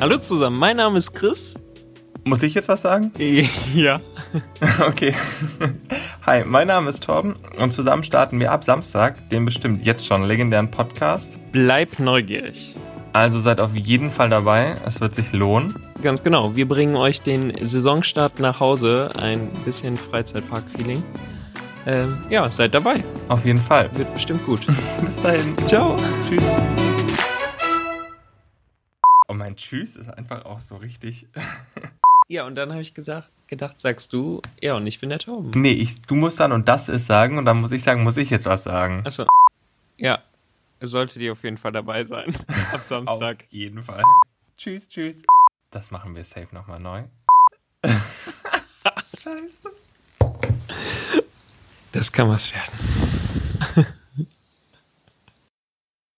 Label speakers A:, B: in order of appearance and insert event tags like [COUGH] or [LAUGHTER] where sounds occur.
A: Hallo zusammen, mein Name ist Chris.
B: Muss ich jetzt was sagen? [LAUGHS]
A: Ja.
B: Okay. [LAUGHS] Hi, mein Name ist Torben und zusammen starten wir ab Samstag den bestimmt jetzt schon legendären Podcast.
A: Bleib neugierig.
B: Also seid auf jeden Fall dabei, es wird sich lohnen.
A: Ganz genau, wir bringen euch den Saisonstart nach Hause, ein bisschen Freizeitpark-Feeling. Ähm, ja, seid dabei,
B: Auf jeden Fall. [LAUGHS]
A: wird bestimmt gut.
B: Bis dahin.
A: Ciao.
B: Tschüss. Oh mein Tschüss ist einfach auch so richtig. [LAUGHS]
A: Ja, und dann habe ich gesagt, gedacht, sagst du, ja, und ich bin der Torben.
B: Nee, ich, du musst dann und das ist sagen und dann muss ich sagen, muss ich jetzt was sagen.
A: Achso. Ja, solltet ihr auf jeden Fall dabei sein, ab Samstag.
B: Auf jeden Fall. Tschüss, tschüss. Das machen wir safe nochmal neu. Scheiße.
A: Das kann was werden.